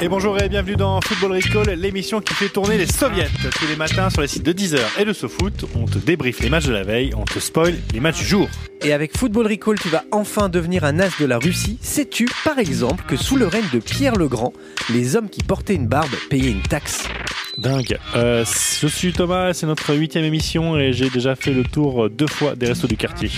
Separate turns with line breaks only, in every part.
Et bonjour et bienvenue dans Football Recall, l'émission qui fait tourner les soviets tous les matins sur les sites de Deezer et de SoFoot. On te débriefe les matchs de la veille, on te spoil les matchs du jour.
Et avec Football Recall, tu vas enfin devenir un as de la Russie. Sais-tu, par exemple, que sous le règne de Pierre le Grand, les hommes qui portaient une barbe payaient une taxe
Dingue. Euh, je suis Thomas, c'est notre huitième émission et j'ai déjà fait le tour deux fois des restos du quartier.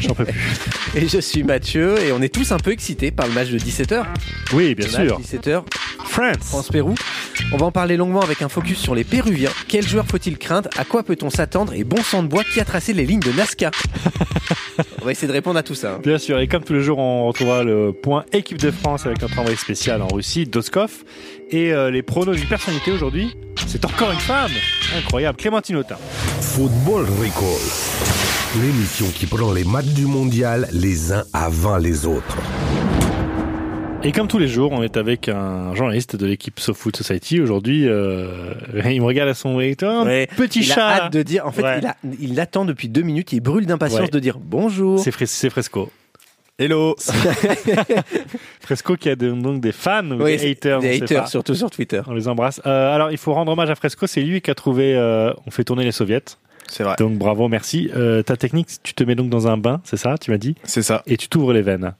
J'en peux plus.
Et je suis Mathieu, et on est tous un peu excités par le match de 17h.
Oui, bien sûr.
17h,
France.
France-Pérou. On va en parler longuement avec un focus sur les Péruviens. Quels joueurs faut-il craindre À quoi peut-on s'attendre Et bon sang de bois, qui a tracé les lignes de Nazca On va essayer de répondre à tout ça. hein.
Bien sûr, et comme tous les jours, on retrouvera le point équipe de France avec notre envoyé spécial en Russie, Doskov. Et euh, les pronos d'une personnalité aujourd'hui, c'est encore une femme Incroyable, Clémentine Autain.
Football Recall. L'émission qui prend les matchs du mondial les uns avant les autres.
Et comme tous les jours, on est avec un journaliste de l'équipe SoFoot Society. Aujourd'hui, euh, il me regarde à son étoile.
Ouais,
Petit
il
chat
a hâte de dire. En fait,
Ouais.
il, a- il attend depuis deux minutes, il brûle d'impatience
Ouais.
de dire bonjour.
C'est Fres- c'est Fresco.
Hello.
Fresco qui a de- donc des fans ou
oui,
des haters. on
Des
sait
haters,
pas.
surtout sur Twitter.
On les embrasse. Euh, alors, il faut rendre hommage à Fresco. C'est lui qui a trouvé euh, On fait tourner les soviets.
C'est vrai.
Donc, bravo, merci. Euh, ta technique, tu te mets donc dans un bain, c'est ça, tu m'as dit
C'est ça.
Et tu t'ouvres les veines.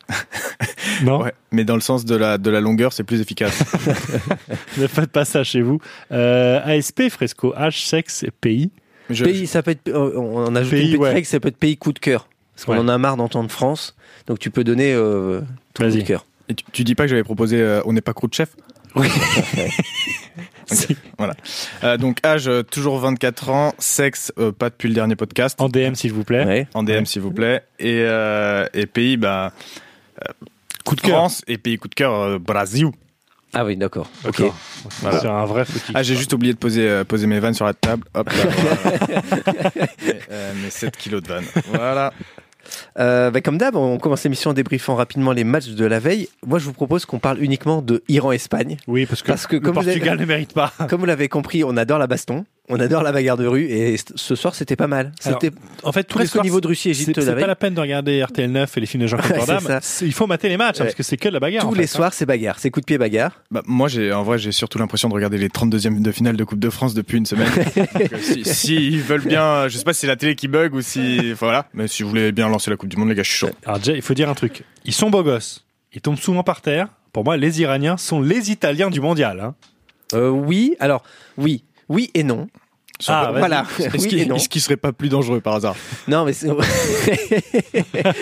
non
Ouais. Mais dans le sens de la, de la longueur, c'est plus efficace.
Ne faites pas ça chez vous. Euh, ASP, Fresco, H, sexe, et pays.
Je-
Pays, ça peut être. euh, On a ajouté
Pays,
une petite
ouais.
règle, ça peut être pays coup de cœur. Parce
Ouais.
qu'on en a marre d'entendre France. Donc tu peux donner euh, tout coup
Vas-y.
de cœur.
Et tu, tu dis pas que j'avais proposé euh, On n'est pas crew de chef
Si.
Euh, Donc âge, euh, toujours 24 ans, sexe, euh, pas depuis le dernier podcast,
En DM, s'il vous plaît.
Ouais.
en DM s'il vous plaît, et, euh, et pays, bah,
Coup de cœur.
France, et pays coup de cœur, euh, Brésil.
Ah oui, d'accord. Ok.
D'accord. C'est un vrai foutu.
Ah, j'ai juste oublié de poser, euh, poser mes vannes sur la table. Hop là, voilà. Mais, euh, mes 7 kilos de vannes. Voilà.
Euh, bah, comme d'hab, on commence l'émission en débriefant rapidement les matchs de la veille. Moi, je vous propose qu'on parle uniquement de Iran-Espagne.
Oui, parce que,
Parce que
le
comme vous avez-
Portugal ne mérite pas.
Comme vous l'avez compris, on adore la baston, on adore la bagarre de rue, et c- ce soir, c'était pas mal.
Alors,
C'était
En fait, tous les
presque au
soirs,
niveau de Russie-Égypte
c'est
la
c'est
veille.
pas la peine de regarder RTL 9 et les films de Jean-Claude
Ouais,
Van Damme.
c'est ça.
C'est- Il faut mater les matchs hein,
Ouais.
parce que c'est que de la bagarre. en
Tous
fait,
les
hein.
soirs, c'est bagarre, c'est coup de pied bagarre.
Bah, moi, j'ai, en vrai, j'ai surtout l'impression de regarder les 32e de finale de Coupe de France depuis une semaine. Donc, euh, si, si ils veulent bien, euh, je sais pas si c'est la télé qui bug ou si, enfin, voilà. Mais si vous voulez bien lancer la Coupe du Monde, les gars, je suis chaud.
Euh,
Alors déjà, il faut dire un truc. Ils sont beaux gosses. Ils tombent souvent par terre. Pour moi, les Iraniens sont les Italiens du mondial. hein.
Euh, oui, alors, oui. Oui et non.
Ah, vas-y.
voilà.
Est-ce
Oui
qu'il,
et non.
est-ce qu'il serait pas plus dangereux par hasard
Non, mais c'est...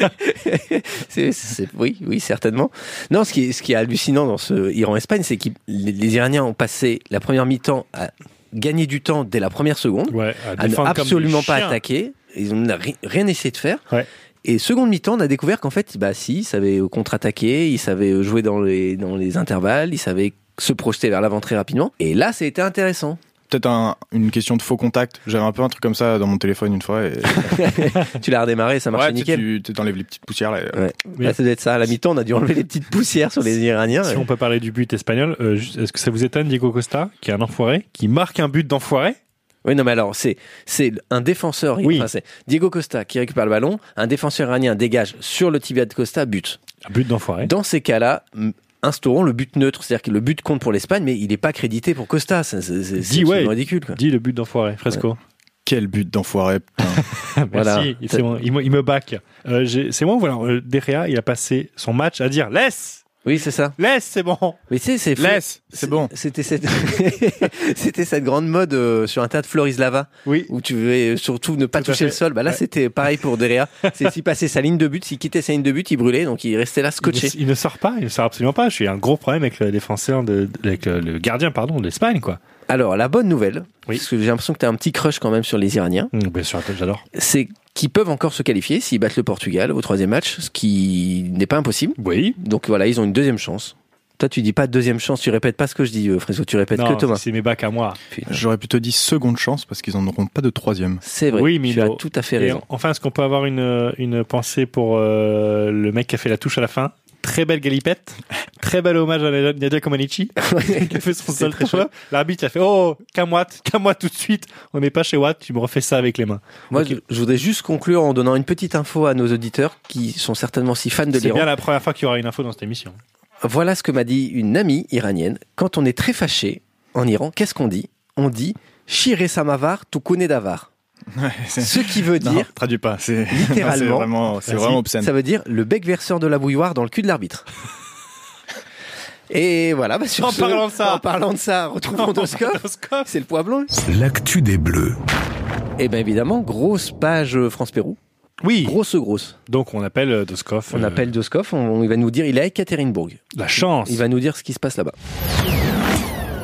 c'est- c'est- oui, oui, certainement. Non, ce qui est, ce qui est hallucinant dans ce Iran-Espagne, c'est que les, les Iraniens ont passé la première mi-temps à gagner du temps dès la première seconde,
Ouais, à
à ne
défendre comme
absolument
des
pas
chiens.
attaquer. Ils n'ont ri- rien essayé de faire.
Ouais.
Et seconde mi-temps, on a découvert qu'en fait, bah si, ils savaient euh, contre-attaquer, ils savaient euh, jouer dans les, dans les intervalles, ils savaient se projeter vers l'avant très rapidement. Et là, c'était intéressant.
Peut-être un- une question de faux contact. J'avais un peu un truc comme ça dans mon téléphone une fois. Et...
Tu l'as redémarré, ça marchait
Ouais, tu sais,
nickel.
tu, tu t'enlèves les petites poussières là. et- euh,
Ouais.
Mais-
Là, ça doit être ça. À la mi-temps, on a dû enlever les petites poussières sur les Iraniens.
Si on peut parler du but espagnol, euh, juste, est-ce que ça vous étonne Diego Costa, qui est un enfoiré, qui marque un but d'enfoiré
Oui, non, mais alors, c'est, c'est un défenseur.
Oui.
Enfin, c'est Diego Costa qui récupère le ballon. Un défenseur iranien dégage sur le tibia de Costa, but.
Un but d'enfoiré.
Dans ces cas-là, m- instaurons le but neutre. C'est-à-dire que le but compte pour l'Espagne, mais il n'est pas crédité pour Costa. C'est, c'est, c'est- c'est
Dis, ouais.
absolument ridicule, quoi.
Dis le but d'enfoiré, Fresco.
Quel but d'enfoiré. putain.
Voilà.
Merci, c'est bon, il, me- il me back. Euh, j'ai- c'est moi ou voilà euh, Derrea, il a passé son match à dire laisse,
Oui, c'est ça.
laisse, c'est bon.
Mais tu sais, c'est
Laisse, c'est bon.
C'était cette, c'était cette grande mode euh, sur un tas de Florislava
Oui.
où tu veux surtout ne pas
Tout à
toucher
fait.
le sol. Bah là,
Ouais.
c'était pareil pour Derea. C'est s'il passait sa ligne de but, s'il quittait sa ligne de but, il brûlait, donc il restait là scotché.
Il ne, il ne sort pas, il ne sort absolument pas. Je suis un gros problème avec le défenseur, de, de- avec euh, le, le gardien, pardon, de l'Espagne, quoi.
Alors, la bonne nouvelle,
Oui.
parce que j'ai l'impression que tu as un petit crush quand même sur les Iraniens,
Hum, bien sûr, j'adore.
c'est qu'ils peuvent encore se qualifier s'ils battent le Portugal au troisième match, ce qui n'est pas impossible.
Oui.
Donc voilà, ils ont une deuxième chance. Toi, tu dis pas deuxième chance, tu répètes pas ce que je dis, euh, Frézo, tu répètes
Non,
que Thomas.
c'est mes bacs à moi.
J'aurais plutôt dit seconde chance parce qu'ils en auront pas de troisième.
C'est vrai,
Oui, Milo.
tu as tout à fait
Et
raison.
en- enfin, est-ce qu'on peut avoir une, une pensée pour euh, le mec qui a fait la touche à la fin Très belle galipette, très bel hommage à Nadia- Nadia Comaneci qui a fait son seul
très
très L'arbitre a fait Oh, Kamwatt, Kamwatt tout de suite, on n'est pas chez Watt, tu me refais ça avec les mains.
Moi, je- je voudrais juste conclure en donnant une petite info à nos auditeurs qui sont certainement si fans de
C'est
l'Iran.
bien la première fois qu'il y aura une info dans cette émission.
Voilà ce que m'a dit une amie iranienne. Quand on est très fâché en Iran, qu'est-ce qu'on dit On dit Shire Samavar, tu connais d'avar. Ce qui veut
Non,
dire,
traduis pas. C'est
Littéralement.
c'est vraiment, c'est
Vas-y.
vraiment obscène.
ça veut dire le bec verseur de la bouilloire dans le cul de l'arbitre. Et voilà, bah, sur
En
ce-
parlant de ça.
en parlant de ça, retrouvons Doscope.
Horoscope.
C'est le poids blanc.
L'actu des Bleus.
Et bien évidemment, grosse page euh, France-Pérou.
Oui,
Grosse, grosse.
donc on appelle euh, Doskov.
On
euh,
appelle Doskov, on, on- il va nous dire, il est à Ekaterinbourg.
La chance.
Il va nous dire ce qui se passe là-bas.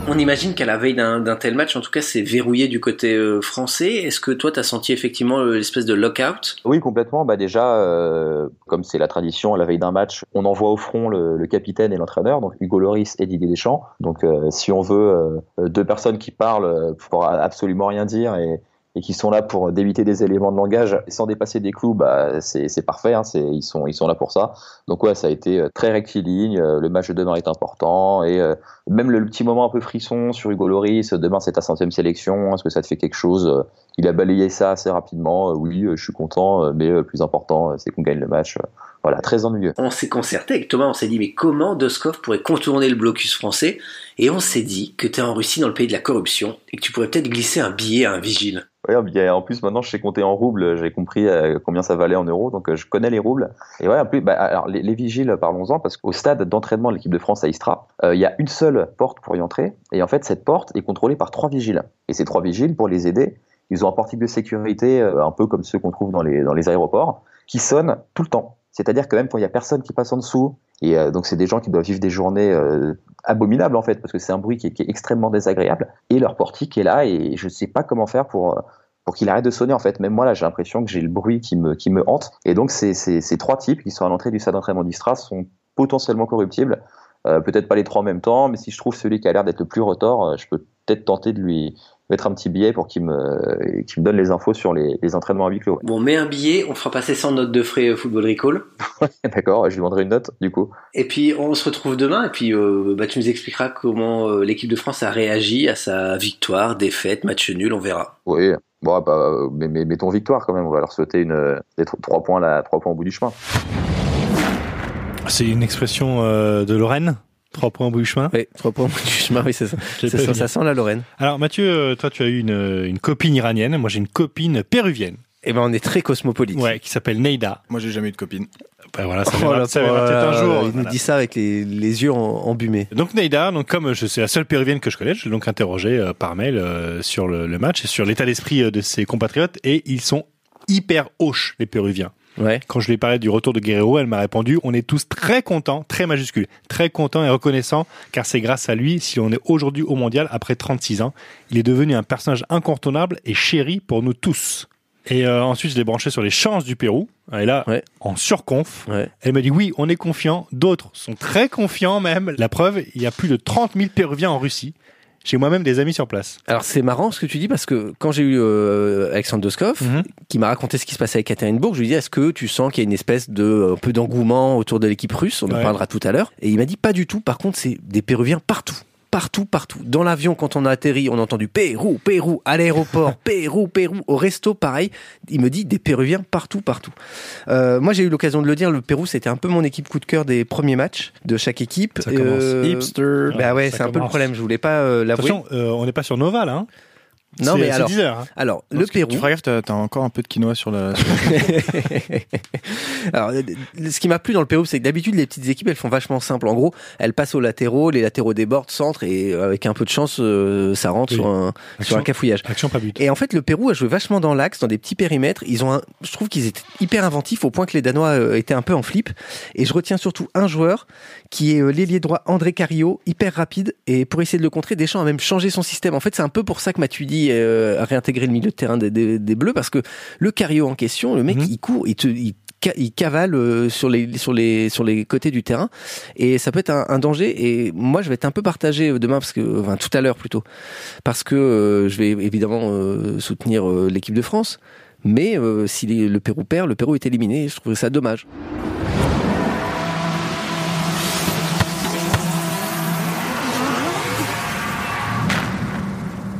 On imagine qu'à la veille d'un d'un tel match, en tout cas, c'est verrouillé du côté euh, français. Est-ce que toi, t'as senti effectivement euh, l'espèce de lockout
Oui, complètement. Bah déjà, euh, comme c'est la tradition, à la veille d'un match, on envoie au front le, le capitaine et l'entraîneur, donc Hugo Loris et Didier Deschamps. Donc, euh, si on veut euh, deux personnes qui parlent euh, pour absolument rien dire et, et qui sont là pour débiter des éléments de langage sans dépasser des clous, bah c'est c'est parfait. Hein, c'est ils sont ils sont là pour ça. Donc ouais, ça a été euh, très rectiligne. euh, Le match de demain est important et euh, même le, le petit moment un peu frisson sur Hugo Loris. euh, Demain, c'est ta centième sélection. Est-ce que ça te fait quelque chose euh, il a balayé ça assez rapidement. Euh, oui, euh, je suis content, euh, mais euh, le plus important, euh, c'est qu'on gagne le match. Euh, Voilà, très ennuyeux.
On s'est concerté avec Thomas, on s'est dit, mais comment Doskov pourrait contourner le blocus français Et on s'est dit que t'es en Russie, dans le pays de la corruption, et que tu pourrais peut-être glisser un billet à un vigile.
Ouais, mais il y a- en plus, maintenant, je sais compter en roubles. J'ai compris euh, combien ça valait en euros, donc euh, je connais les roubles. Et ouais, en plus, bah, alors, les, les vigiles, parlons-en, parce qu'au stade d'entraînement de l'équipe de France à Istra, euh, il y a une seule porte pour y entrer. Et en fait, cette porte est contrôlée par trois vigiles. Et ces trois vigiles, pour les aider, ils ont un portique de sécurité, euh, un peu comme ceux qu'on trouve dans les, dans les aéroports, qui sonne tout le temps. C'est-à-dire que même quand il y a personne qui passe en dessous, et euh, donc c'est des gens qui doivent vivre des journées euh, abominables en fait, parce que c'est un bruit qui est, qui est extrêmement désagréable, et leur portique est là, et je ne sais pas comment faire pour, euh, pour qu'il arrête de sonner en fait. Même moi là, j'ai l'impression que j'ai le bruit qui me, qui me hante, et donc ces, ces, ces trois types qui sont à l'entrée du stade d'entraînement d'Istra sont potentiellement corruptibles, Euh, peut-être pas les trois en même temps, mais si je trouve celui qui a l'air d'être le plus retors, euh, je peux peut-être tenter de lui mettre un petit billet pour qu'il me, qu'il me donne les infos sur les, les entraînements à huis clos.
Bon, mets un billet, on fera passer 100 notes de frais euh, football recall.
D'accord, je lui demanderai une note du coup.
Et puis on se retrouve demain et puis euh, bah, tu nous expliqueras comment euh, l'équipe de France a réagi à sa victoire, défaite, match nul, on verra.
Oui, bon, bah, euh, mais, mais mettons victoire quand même. On va leur souhaiter une, euh, des tro- trois points, là, trois points au bout du chemin.
C'est une expression euh, de Lorraine. Trois points au bout du chemin.
Oui, trois points au bout du chemin, oui, c'est ça.
Je l'ai pas fini.
sent la Lorraine.
Alors Mathieu, euh, toi tu as eu une, euh, une copine iranienne, moi j'ai une copine péruvienne,
Eh ben on est très cosmopolite.
ouais, qui s'appelle Neida.
Moi, j'ai jamais eu de copine.
Ben voilà, ça
Oh
verra
là
ça verra
là
peut-être un
là là,
jour.
il nous
Voilà.
dit ça avec les, les yeux en- embumés.
Donc Neida, donc comme je c'est la seule péruvienne que je connais, je l'ai donc interrogée euh, par mail euh, sur le, le match et sur l'état d'esprit euh, de ses compatriotes et ils sont hyper hoches les péruviens.
Ouais.
Quand je lui ai parlé du retour de Guerrero, elle m'a répondu on est tous très contents, très majuscule, très contents et reconnaissants car c'est grâce à lui si on est aujourd'hui au mondial après 36 ans, il est devenu un personnage incontournable et chéri pour nous tous. Et euh, ensuite, je l'ai branché sur les chances du Pérou. Ah, Et là,
Ouais.
en surconf,
Ouais.
elle m'a dit oui, on est confiant. D'autres sont très confiants même. La preuve, il y a plus de 30 000 Péruviens en Russie. J'ai moi-même des amis sur place.
Alors c'est marrant ce que tu dis parce que quand j'ai eu euh, Alexandre Doskov
Mhm.
qui m'a raconté ce qui se passait avec Katerinbourg, je lui ai dit est-ce que tu sens qu'il y a une espèce de euh, un peu d'engouement autour de l'équipe russe, on en
Ouais.
parlera tout à l'heure et il m'a dit pas du tout. Par contre, c'est des péruviens partout. Partout, partout. Dans l'avion, quand on a atterri, on a entendu Pérou, Pérou, à l'aéroport, Pérou, Pérou, au resto, pareil. Il me dit des Péruviens partout, partout. Euh, moi, j'ai eu l'occasion de le dire, le Pérou, c'était un peu mon équipe coup de cœur des premiers matchs de chaque équipe.
Ça commence
Hipster.
Bah ouais,
Ça
c'est un peu le
commence.
problème, je voulais pas euh, l'avouer.
Attention, euh, on n'est pas sur Nova là. hein.
Non,
C'est-
mais
c'est
alors,
10 heures, hein.
alors le
Parce que
Pérou.
Tu feras gaffe, t'as t'as encore un peu de quinoa sur la. sur-
Alors, le- le- ce qui m'a plu dans le Pérou, c'est que d'habitude, les petites équipes, elles font vachement simple. En gros, elles passent aux latéraux, les latéraux débordent, centrent, et euh, avec un peu de chance, euh, ça rentre
Oui.
sur, un, sur un
Action.
cafouillage.
Action pas but.
Et en fait, le Pérou a joué vachement dans l'axe, dans des petits périmètres. Ils ont, un- je trouve qu'ils étaient hyper inventifs au point que les Danois euh, étaient un peu en flip. Et je retiens surtout un joueur qui est euh, l'ailier droit André Cario, hyper rapide. Et pour essayer de le contrer, Deschamps a même changé son système. En fait, c'est un peu pour ça que Matuidi euh, a réintégré le milieu de terrain des, des- des Bleus parce que le Cario en question, le mec,
Mhm.
il court, il te, il ca- ils cavalent euh, sur les sur les sur les côtés du terrain et ça peut être un, un danger. Et moi, je vais être un peu partagé euh, demain parce que enfin tout à l'heure plutôt parce que euh, je vais évidemment euh, soutenir euh, l'équipe de France. Mais euh, si les- le Pérou perd, le Pérou est éliminé. Je trouve ça dommage.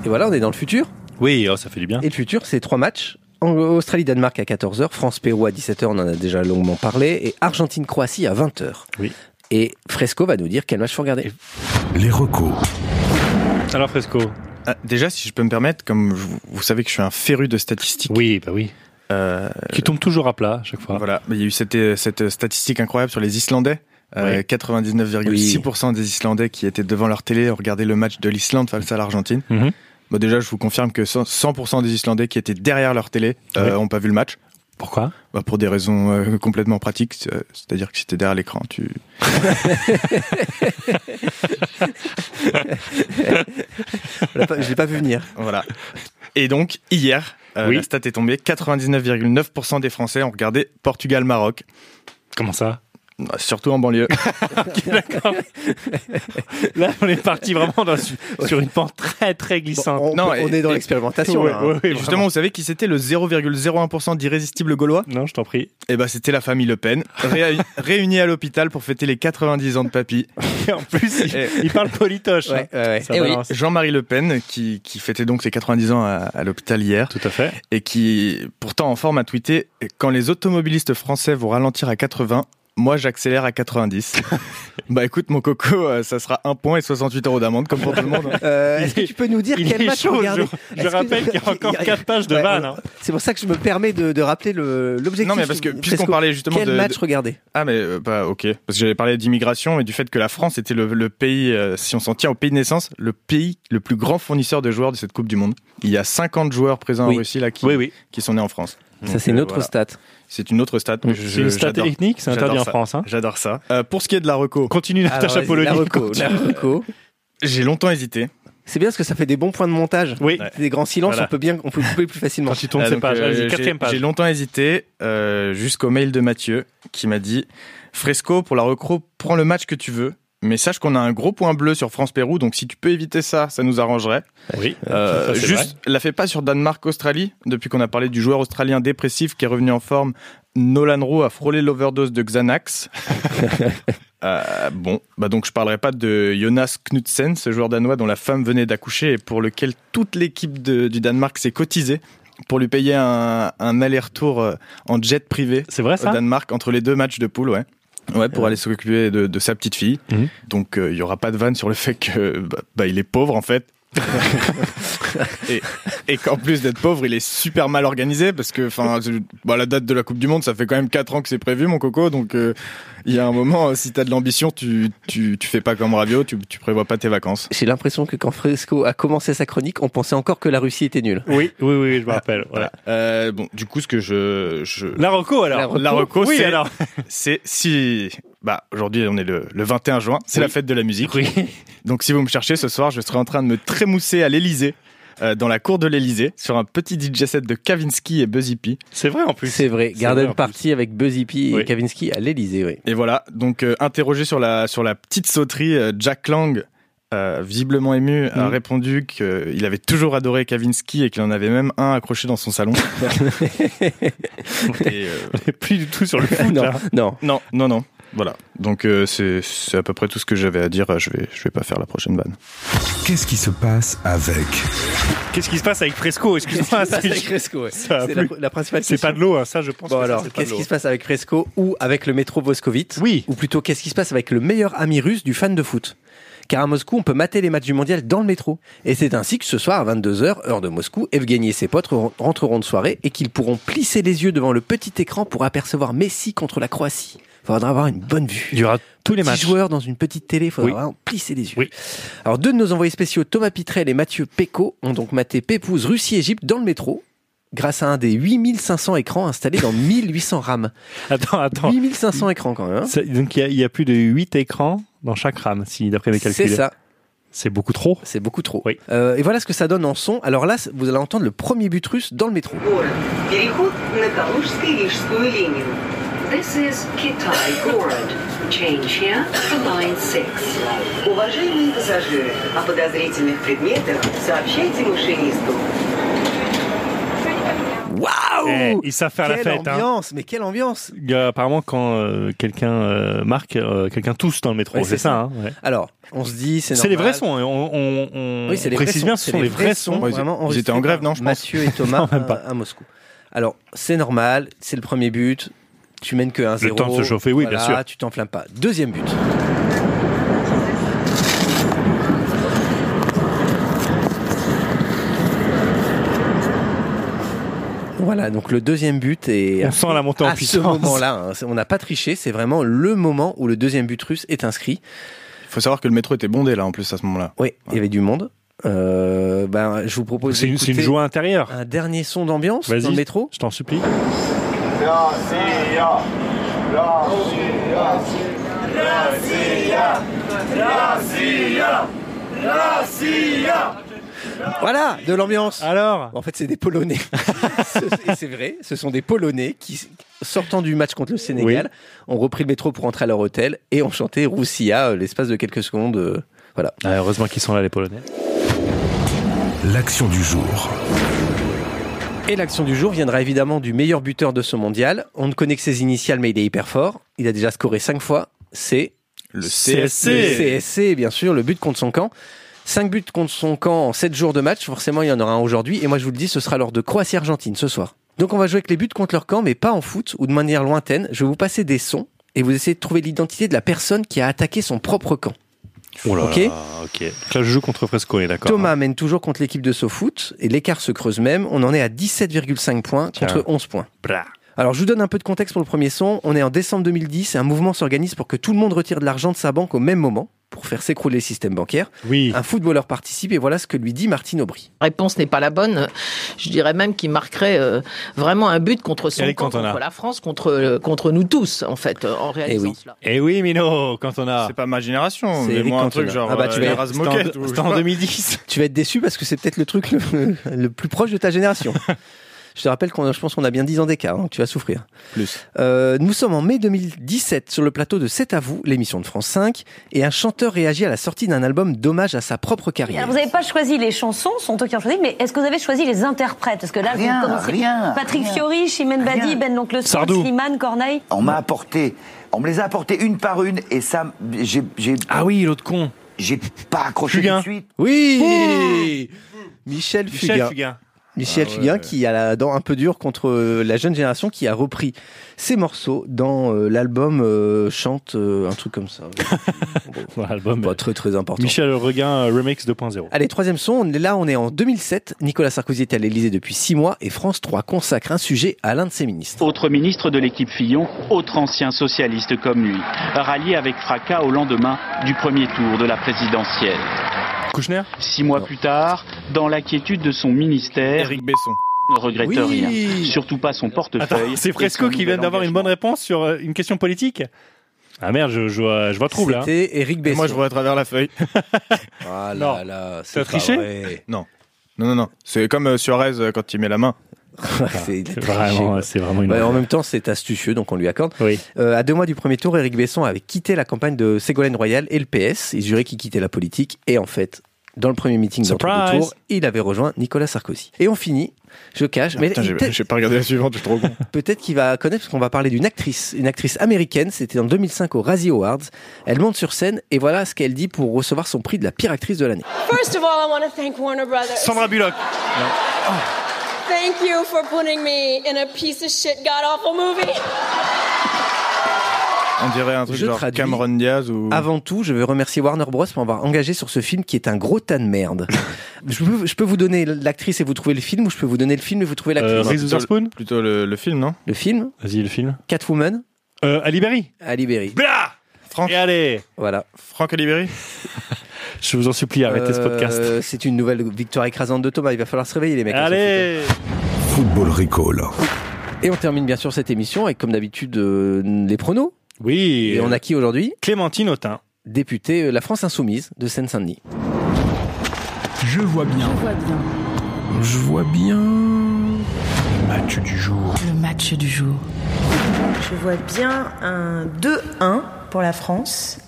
Et voilà, on est dans le futur.
Oui, oh, ça fait du bien.
Et le futur, c'est trois matchs. En- Australie-Danemark à 14h, France-Pérou à 17h, on en a déjà longuement parlé, et Argentine-Croatie à 20h.
Oui.
Et Fresco va nous dire quel match faut regarder.
les recos,
Alors Fresco.
Ah, déjà, si je peux me permettre, comme je- vous savez que je suis un féru de statistiques,
Oui, Ah. bah oui.
euh,
Qui tombe toujours à plat à chaque fois.
voilà, il y a eu cette, euh, cette statistique incroyable sur les Islandais. Euh, 99,6% des Islandais qui étaient devant leur télé ont regardé le match de l'Islande face à l'Argentine.
Mhm.
Bah, déjà, je vous confirme que 100%, 100% des Islandais qui étaient derrière leur télé n'ont
Ouais.
pas vu le match.
Pourquoi
Bah, pour des raisons euh, complètement pratiques, c'est- euh, c'est-à-dire que si t'es derrière l'écran, tu...
Je l'ai pas- je l'ai pas vu venir.
Voilà. Et donc, hier, euh,
Oui.
la stat est tombée, 99,9% des Français ont regardé Portugal-Maroc,
Comment ça
Bah, surtout en banlieue.
Là, on est parti vraiment dans- sur une pente très très
Bon,
glissante.
on,
Non,
on
et-
est dans
et-
l'expérimentation.
Ouais,
là, hein.
ouais, ouais,
Et justement, vous savez qui c'était le 0,01% d'irrésistibles gaulois
vraiment. Non, je t'en prie.
Eh ben, c'était la famille Le Pen, réu- réunie à l'hôpital pour fêter les 90 ans de papy.
en plus, il,
Eh.
il parle politoche.
Ouais,
hein.
ouais, ouais.
Ça
Eh oui.
balance.
Jean-Marie Le Pen, qui, qui fêtait donc ses 90 ans à, à l'hôpital hier,
Tout à fait.
et qui, pourtant en forme, a tweeté « Quand les automobilistes français vont ralentir à 80, moi j'accélère à 90. » Bah écoute, mon coco, euh, ça sera un point et 68 euros d'amende, comme pour tout le monde. hein.
Euh, Est-ce que
Il-
tu peux nous dire
il
quel
est
match
chaud,
faut regarder
je- je
Est-ce que-
rappelle qu'il y a encore
il y a-
quatre pages de
Ouais,
vanne,
ouais.
hein.
C'est pour ça que je me permets de, de rappeler le- l'objectif.
Non mais parce que, puisqu'on
Fresco,
parlait justement
quel
de...
match regarder
Ah mais euh, bah ok, parce que j'avais parlé d'immigration et du fait que la France était le, le pays, euh, si on s'en tient au pays de naissance, le pays le plus grand fournisseur de joueurs de cette Coupe du Monde. Il y a 50 joueurs présents
Oui.
en Russie là qui,
Oui, oui.
qui sont nés en France.
Mm.
Ça
Donc,
c'est
euh,
notre
voilà.
stat.
C'est une autre stat. mais je-
C'est une stat
j'adore-
technique, c'est interdit
j'adore
en
ça.
France. hein.
J'adore ça. Euh, pour ce qui est de la reco,
Continue Natacha
Alors, Ah, vas-y, la
Polony.
reco, la reco.
j'ai longtemps hésité.
C'est bien parce que ça fait des bons points de montage.
Oui,
Ouais.
Des grands silences,
Voilà.
on peut bien, on peut couper plus facilement.
quand il tourne
Ah,
ses
donc,
pages.
euh,
Vas-y,
j'ai-
quatrième
J'ai
page.
longtemps hésité euh, jusqu'au mail de Mathieu qui m'a dit Fresco, pour la recro, prends le match que tu veux. Mais sache qu'on a un gros point bleu sur France-Pérou, donc si tu peux éviter ça, ça nous arrangerait.
Oui, ça,
Euh,
c'est
juste, la fais pas sur Danemark-Australie, depuis qu'on a parlé du joueur australien dépressif qui est revenu en forme. Nolan Rowe a frôlé l'overdose de Xanax. Euh, bon, bah donc je parlerai pas de Jonas Knudsen, ce joueur danois dont la femme venait d'accoucher et pour lequel toute l'équipe de- du Danemark s'est cotisée pour lui payer un, un aller-retour euh, en jet privé
c'est vrai
au
Ah, ça
Danemark entre les deux matchs de poule, ouais. Ouais, pour aller s'occuper de, de sa petite fille.
Mhm.
Donc, euh, il y aura pas de vanne sur le fait que bah, bah, il est pauvre, en fait. et et qu'en plus d'être pauvre, il est super mal organisé parce que, enfin, c'est- bah, la date de la Coupe du Monde, ça fait quand même 4 ans que c'est prévu, mon coco. Donc, euh, il y a un moment, euh, si t'as de l'ambition, tu, tu, tu fais pas comme Rabiot, tu, tu prévois pas tes vacances.
J'ai l'impression que quand Fresco a commencé sa chronique, on pensait encore que la Russie était nulle.
Oui, oui, oui, je me rappelle. voilà.
Euh, bon, du coup, ce que je, je,
La reco alors.
La reco.
La reco,
oui,
c'est-
alors.
c'est si, bah, aujourd'hui, on est le, le 21 juin, c'est
Oui.
la fête de la musique.
Oui.
Donc si vous me cherchez ce soir, je serai en train de me trémousser à l'Elysée, dans la cour de l'Elysée, sur un petit DJ set de Kavinsky et Buzzy P.
C'est vrai en plus.
C'est vrai,
C'est
Garden
vrai, en
Party avec Buzzy P
Oui.
et Kavinsky à l'Elysée, oui.
Et voilà, donc euh, interrogé sur la, sur la petite sauterie, euh, Jack Lang, euh, visiblement ému, a
Mhm.
répondu qu'il avait toujours adoré Kavinsky et qu'il en avait même un accroché dans son salon. Et, euh,
plus. plus du tout sur le foot. hein.
non,
là.
non.
non, non, non. Voilà, donc euh, c'est c'est à peu près tout ce que j'avais à dire. Je vais, je vais pas faire la prochaine vanne.
qu'est-ce qui se passe avec
Qu'est-ce qui se passe avec Fresco Excuse-moi,
Qu'est-ce qui se passe avec
c'est
Fresco, ouais.
ça a
C'est la,
plu.
la principale
c'est
question.
pas de l'eau, hein, ça je pense.
Bon
que ça,
alors,
c'est pas de
qu'est-ce
l'eau.
qui se passe avec Fresco ou avec le métro Voskovitz
Oui.
Ou plutôt, qu'est-ce qui se passe avec le meilleur ami russe du fan de foot car à Moscou, on peut mater les matchs du mondial dans le métro. Et c'est ainsi que ce soir, à 22h, heure de Moscou, Evgeny et ses potes ren- rentreront de soirée et qu'ils pourront plisser les yeux devant le petit écran pour apercevoir Messi contre la Croatie. Faudra avoir une bonne vue.
Il y aura tous les
Petit
matchs.
joueur dans une petite télé, faudra
Oui.
vraiment plisser les yeux.
Oui.
Alors deux de nos envoyés spéciaux, Thomas Pitrel et Mathieu Péco, ont donc maté Pépouze, Russie-Égypte dans le métro grâce à un des 8500 écrans installés dans 1800 RAM.
Attends, attends.
8500 écrans quand même. hein.
Oh. Ça- donc il y a- il y, a plus de 8 écrans dans chaque rame, si d'après mes calculs.
C'est ça,
C'est beaucoup trop.
c'est beaucoup trop.
Oui.
Euh, et voilà ce que ça donne en son. Alors là, vous allez entendre le premier but russe dans le métro.
Город. Переход на Калужско-Рижскую линию. This is Kitai город. Change here for line 6. Уважаемые пассажиры, о подозрительных предметах сообщайте машинисту.
Waouh
Eh, ils savent faire la
Quelle
fête. hein.
ambiance, mais quelle ambiance
Il y a apparemment, quand euh, quelqu'un euh, marque, euh, quelqu'un tousse dans le métro.
Ouais,
c'est
c'est
ça. hein, ouais.
Alors, on se dit, c'est
C'est les vrais
normal.
sons. hein. On, on- on
Oui, c'est les
précise
vrais
bien,
sons.
ce sont les vrais sons.
Ouais, ils-
vraiment
ils
enregistrés
étaient en grève,
par
non, je pense.
Mathieu et Thomas
Non, même
à-
pas.
à, Moscou. Alors, c'est normal, c'est le premier but. Tu mènes que 1-0.
Le temps de se chauffer, oui, bien
Voilà,
sûr.
Tu t'enflammes pas. Deuxième but. Voilà, donc le deuxième but est
On sent la montée en
à ce
puissance.
moment-là. hein, c'est- on n'a pas triché, c'est vraiment le moment où le deuxième but russe est inscrit.
faut savoir que le métro était bondé là en plus à ce moment-là.
Oui, il y avait du monde. Euh, ben, je vous propose
C'est une, c'est une
d'écouter
joie intérieure.
un dernier son d'ambiance
Vas-y.
dans le métro.
Je t'en supplie.
Voilà, de l'ambiance.
Alors
En fait, c'est des Polonais. Ce- et c'est vrai, ce sont des Polonais qui, sortant du match contre le Sénégal, ont repris le métro pour rentrer à leur hôtel et ont chanté Roussia euh, l'espace de quelques secondes. euh, Voilà.
Ah, Heureusement qu'ils sont là, les Polonais.
L'action du jour.
Et l'action du jour viendra évidemment du meilleur buteur de ce mondial. On ne connaît que ses initiales, mais il est hyper fort. Il a déjà scoré 5 fois. C'est
Le
Le CSC, bien sûr, le but contre son camp. 5 buts contre son camp en 7 jours de match, forcément il y en aura un aujourd'hui, et moi je vous le dis, ce sera lors de Croatie-Argentine ce soir. Donc on va jouer avec les buts contre leur camp, mais pas en foot ou de manière lointaine. Je vais vous passer des sons et vous essayez de trouver l'identité de la personne qui a attaqué son propre camp.
Oh là
Ok.
là, ok. Donc là, je joue contre Fresco, on est d'accord. hein.
Thomas mène toujours contre l'équipe de SoFoot, et l'écart se creuse même, on en est à 17,5 points
Tiens.
contre 11 points.
Bra.
Alors, je vous donne un peu de contexte pour le premier son. On est en décembre 2010 et un mouvement s'organise pour que tout le monde retire de l'argent de sa banque au même moment pour faire s'écrouler le système bancaire.
Oui.
Un footballeur participe et voilà ce que lui dit Martine Aubry.
réponse n'est pas la bonne. Je dirais même qu'il marquerait euh, vraiment un but contre son
Eric
camp,
Cantona.
contre la France, contre, euh, contre nous tous, en fait, euh, en réalisant
oui.
cela.
Eh oui, Mino, quand on a.
C'est pas ma génération,
C'est
mais
Eric
moi un
Cantona.
truc genre
Ah bah, tu
euh,
vas-
Erasme
c'était en-
Moquette ou je
C'était
sais
en
pas.
2010.
Tu vas être déçu parce que c'est peut-être le truc le, le plus proche de ta génération. Je te rappelle qu'on, je pense qu'on a bien 10 ans d'écart, hein, tu vas souffrir.
Plus.
Euh, nous sommes en mai 2017 sur le plateau de C'est à vous, l'émission de France 5, et un chanteur réagit à la sortie d'un album d'hommage à sa propre carrière.
Alors, vous n'avez pas choisi les chansons, sont eux qui ont choisi, mais est-ce que vous avez choisi les interprètes Parce que là,
Rien,
vous commencez.
rien,
Patrick
rien.
Fiori, Chimène Badi,
Rien.
Ben L'Oncle Soul,
Sardou.
Slimane, Corneille.
On m'a apporté, on me les a apportés une par une et ça, j'ai, j'ai,
Ah oui, l'autre con.
j'ai pas accroché
Fugain.
tout de suite.
Oui Michel
Michel
Fugain.
Fugain.
Michel
Ah ouais.
Fugain qui a la dent un peu dure contre euh, la jeune génération qui a repris ses morceaux dans euh, l'album euh, Chante, euh, un truc comme ça.
Dans l'album.
Pas très très important.
Michel Regain euh, Remix 2.0.
Allez, troisième son, on est là on est en 2007. Nicolas Sarkozy est à l'Elysée depuis six mois et France 3 consacre un sujet à l'un de ses ministres.
Autre ministre de l'équipe Fillon, autre ancien socialiste comme lui, rallié avec fracas au lendemain du premier tour de la présidentielle.
Kouchner
Six mois
Non.
plus tard, dans la quiétude de son ministère,
Eric Besson.
il ne regrette
Oui.
rien. Surtout pas son portefeuille.
Attends, c'est
et
Fresco
son
qui
nouvel
vient d'avoir une bonne
engagement.
réponse sur euh, une question politique Ah merde, je, je vois, je vois trouble. Hein.
C'était Eric Besson.
Moi je vois à travers la feuille.
Ah
Non.
là là, c'est
T'as
pas
triché
vrai.
Non, non, non. C'est comme euh, Suarez euh, quand il met la main.
C'est- il a
Ah, C'est
triché.
vraiment, euh, c'est vraiment une.
Ouais, en même temps, c'est astucieux, donc on lui accorde.
Oui.
Euh, à deux mois du premier tour, Eric Besson avait quitté la campagne de Ségolène Royal et le PS. Il jurait qu'il quittait la politique. Et en fait, dans le premier meeting d'entre-deux
Surprise
tours, il avait rejoint Nicolas Sarkozy. Et on finit, je cache, mais
Putain, j'ai-
il- peut-
j'ai pas regardé la suivante, je suis trop con.
peut-être qu'il va connaître, parce qu'on va parler d'une actrice, une actrice américaine. C'était en 2005 au Razzie Awards. Elle monte sur scène et voilà ce qu'elle dit pour recevoir son prix de la pire actrice de l'année.
First of all, I want to thank Warner Brothers.
Sandra Bullock.
Thank you for putting me in a piece of shit, god awful movie.
On dirait un truc
Je
genre
traduis.
Cameron Diaz ou.
Avant tout, je veux remercier Warner Bros pour m'avoir engagé sur ce film qui est un gros tas de merde. je, peux, je peux vous donner l'actrice et vous trouver le film, ou je peux vous donner le film et vous trouver l'actrice.
Euh, Reese
plutôt,
Witherspoon
plutôt le, le film, non
Le film,
Vas-y, le film.
Catwoman,
Euh, Ali Berry.
à Berry.
Blah
Franck,
Et allez
Voilà.
Franck Alibéry
Je vous en supplie, arrêtez ce
Euh,
podcast.
C'est une nouvelle victoire écrasante de Thomas. Il va falloir se réveiller, les mecs. hein,
Allez
Football Recall.
Et on termine bien sûr cette émission avec, comme d'habitude, euh, les pronos.
Oui
Et,
euh,
on a qui aujourd'hui
Clémentine Autain.
Député euh, La France Insoumise de Seine-Saint-Denis.
Je vois bien.
Je vois bien.
match du jour.
Le match du jour.
Je vois bien un 2-1 pour la France.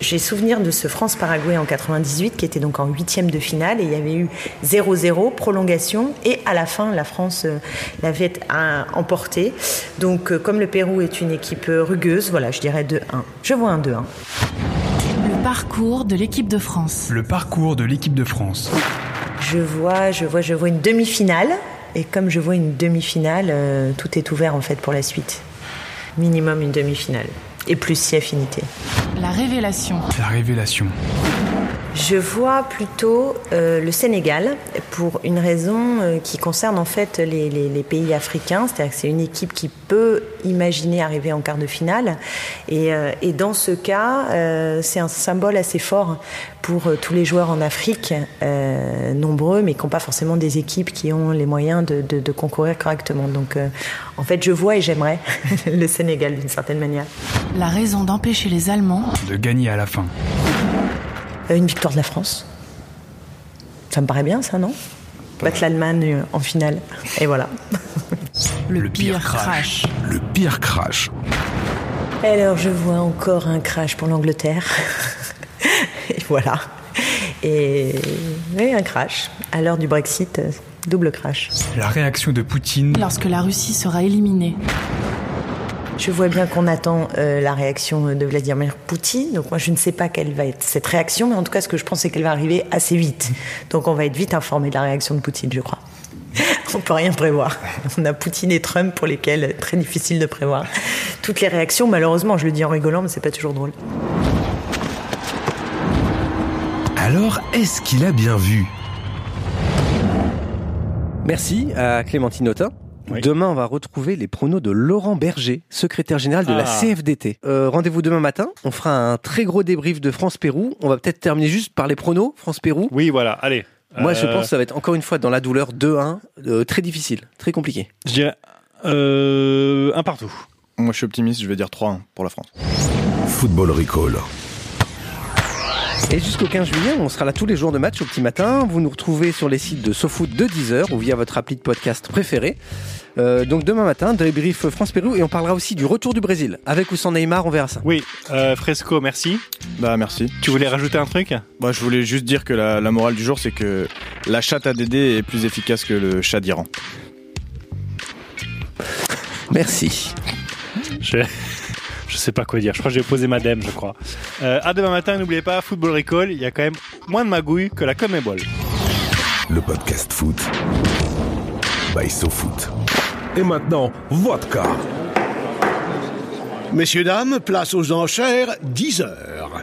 J'ai souvenir de ce France-Paraguay en 98 qui était donc en huitième de finale et il y avait eu 0-0, prolongation et à la fin la France euh, l'avait euh, emporté. Donc euh, comme le Pérou est une équipe euh, rugueuse, voilà je dirais 2-1. Je vois un 2-1.
Le parcours de l'équipe de France.
Le parcours de l'équipe de France.
Je vois, je vois, je vois une demi-finale et comme je vois une demi-finale, euh, tout est ouvert en fait pour la suite. Minimum une demi-finale et plus si affinité.
La révélation.
La révélation.
Je vois plutôt euh, le Sénégal pour une raison euh, qui concerne en fait les, les, les pays africains, c'est-à-dire que c'est une équipe qui peut imaginer arriver en quart de finale et, euh, et dans ce cas euh, c'est un symbole assez fort pour euh, tous les joueurs en Afrique, euh, nombreux mais qui n'ont pas forcément des équipes qui ont les moyens de, de, de concourir correctement. Donc euh, en fait je vois et j'aimerais le Sénégal d'une certaine manière.
La raison d'empêcher les Allemands
de gagner à la fin
une victoire de la France. Ça me paraît bien, ça, non Battre l'Allemagne euh, en finale. Et voilà.
Le, le pire, pire crash. crash.
Le pire crash.
Alors, je vois encore un crash pour l'Angleterre. Et voilà. Et... Et un crash. À l'heure du Brexit, euh, double crash.
La réaction de Poutine.
Lorsque la Russie sera éliminée.
Je vois bien qu'on attend euh, la réaction de Vladimir Poutine. Donc moi, je ne sais pas quelle va être cette réaction, mais en tout cas, ce que je pense, c'est qu'elle va arriver assez vite. Donc on va être vite informé de la réaction de Poutine, je crois. On peut rien prévoir. On a Poutine et Trump pour lesquels très difficile de prévoir toutes les réactions. Malheureusement, je le dis en rigolant, mais c'est pas toujours drôle.
Alors, est-ce qu'il a bien vu
Merci à Clémentine Autain. Oui. Demain, on va retrouver les pronos de Laurent Berger, secrétaire général de ah. la CFDT. Euh, Rendez-vous demain matin. On fera un très gros débrief de France-Pérou. On va peut-être terminer juste par les pronos France-Pérou.
Oui, voilà. Allez.
Moi, euh... je pense que ça va être encore une fois dans la douleur 2-1. Euh, très difficile, très compliqué.
Je dirais un partout.
Moi, je suis optimiste. Je vais dire 3-1 pour la France.
Football Recall.
Et jusqu'au 15 juillet, on sera là tous les jours de match au petit matin. Vous nous retrouvez sur les sites de SoFoot de 10h ou via votre appli de podcast préféré. Euh, donc demain matin, débrief France-Pérou et on parlera aussi du retour du Brésil. Avec ou sans Neymar, on verra ça.
Oui, euh, Fresco, merci.
Bah merci.
Tu voulais rajouter un truc
Bah je voulais juste dire que la, la morale du jour, c'est que la chatte à Dédé est plus efficace que le chat d'Iran.
Merci.
Je je sais pas quoi dire. Je crois que j'ai posé madame, je crois. Euh, à demain matin, n'oubliez pas, Football Recall, il y a quand même moins de magouille que la Comébol.
Le podcast foot by SoFoot. Et maintenant, vodka.
Messieurs, dames, place aux enchères, 10 heures.